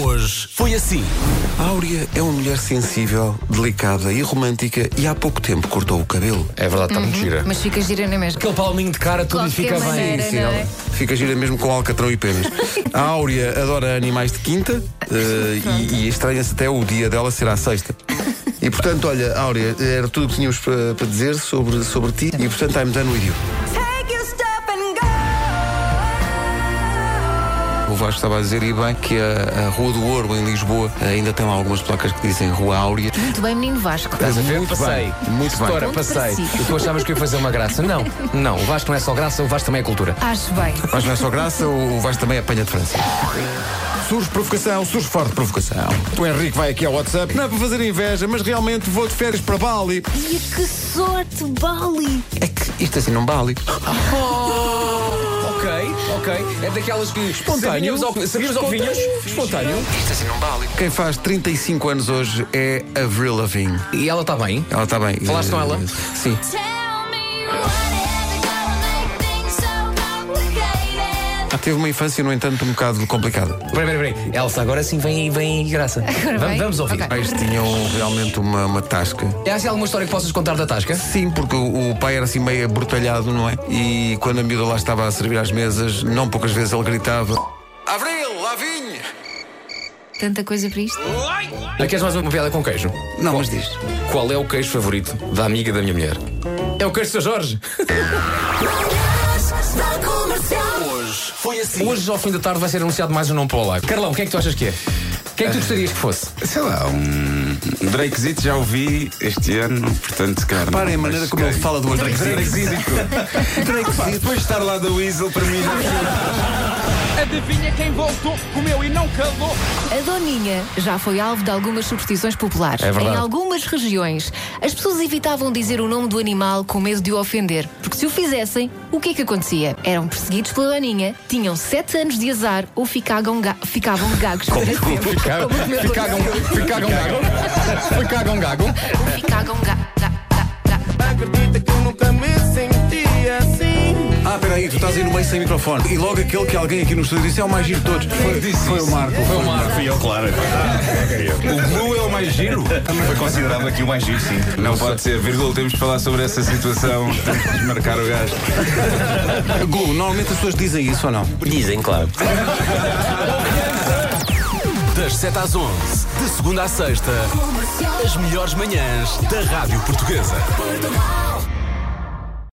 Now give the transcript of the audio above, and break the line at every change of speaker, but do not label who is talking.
hoje foi assim.
Áurea é uma mulher sensível, delicada e romântica e há pouco tempo cortou o cabelo.
É verdade, está muito gira.
Mas fica gira é na mesma.
Aquele palminho de cara, tudo lhe
Qualquer
fica
maneira,
bem.
não é?
Fica gira mesmo com alcatrão e penas. A Áurea adora animais de quinta eh, e, e estranha-se até o dia dela será a sexta. E portanto, olha, Áurea, era tudo o que tínhamos para, para dizer sobre, sobre ti e portanto, I'm done with you.
Take your step and go.
O Vasco estava a dizer, e bem, que a, a Rua do Ouro, em Lisboa, ainda tem lá algumas placas que dizem Rua Áurea.
Muito bem, menino Vasco.
Estás a ver?
Muito
passei.
bem, muito bem.
Ora,
Ponto
passei.
para si.
E tu achavas que eu ia fazer uma graça? Não, não. O Vasco não é só graça, o Vasco também é cultura.
Acho bem.
Mas não é só graça, o Vasco também apanha de França. Surge provocação, surge forte provocação. O Henrique vai aqui ao WhatsApp. Não é para fazer inveja, mas realmente vou de férias para Bali.
E que sorte, Bali!
É que isto assim não Bali.
Ok, ok. É daquelas que. Espontâneo. Sabíamos ao vinhos? Espontâneo.
Isto assim não Bali. Quem faz 35 anos hoje é Avril Lavigne.
E ela está bem?
Ela está bem.
Falaste com ela?
Sim.
Tell me what is it gonna make things so complicated?
Teve uma infância, no entanto, um bocado complicada.
Peraí, peraí, peraí. Elsa, agora sim vem vem aí graça.
Agora
vamos,
vem?
vamos ouvir.
Ok.
Pais tinham realmente uma, uma tasca.
É assim alguma história que possas contar da Tasca?
Sim, porque o o pai era assim meio abortalhado, não é? E quando a miúda lá estava a servir às mesas, não poucas vezes ele gritava: Avril, Lavigne!
Tanta coisa para isto.
Ah, Queres mais uma piada com queijo?
Não, mas diz.
Qual é o queijo favorito da amiga da minha mulher? É o queijo do Sr. Jorge.
Manhãs da comercial.
Hoje, ao fim da tarde, vai ser anunciado mais um nome para o live. Carlão, quem é que tu achas que é? Quem é que tu gostarias que fosse?
Sei lá, um. um Drakezito já ouvi este ano, portanto, se calhar.
Parem a
não, mas
maneira como ele
cheguei.
fala do outro.
Drakezito. Drakezito. Depois de estar lá da Weasel, para mim não
Adivinha quem voltou, comeu e não calou.
A Doninha já foi alvo de algumas superstições populares.
É verdade.
em algumas regiões, as pessoas evitavam dizer o nome do animal com medo de o ofender. Porque se o fizessem, o que é que acontecia? Eram perseguidos pela Doninha, tinham 7 anos de azar ou ficavam, ga ficavam gagos para sempre.
Ficagam,
Como o meu
ficagam,
Doninha.
ficagam gago. Ficagam gago.
Ou ficavam ga ga ga ga.
Acredita que eu nunca me senti assim.
Ah, peraí, tu estás aí no meio sem microfone. E logo aquele que alguém aqui no estúdio disse é o mais giro de todos. Foi, foi o Marco. Foi o Marco.
fui eu, claro. O Blue é o mais giro? Foi considerado aqui o mais giro, sim. Não pode ser, vírgula, temos de falar sobre essa situação, temos de desmarcar o gajo.
Glu, normalmente as pessoas dizem isso ou não?
Dizem, claro.
Das 7 às 11, de segunda à sexta, as melhores manhãs da Rádio Portuguesa.
Portugal.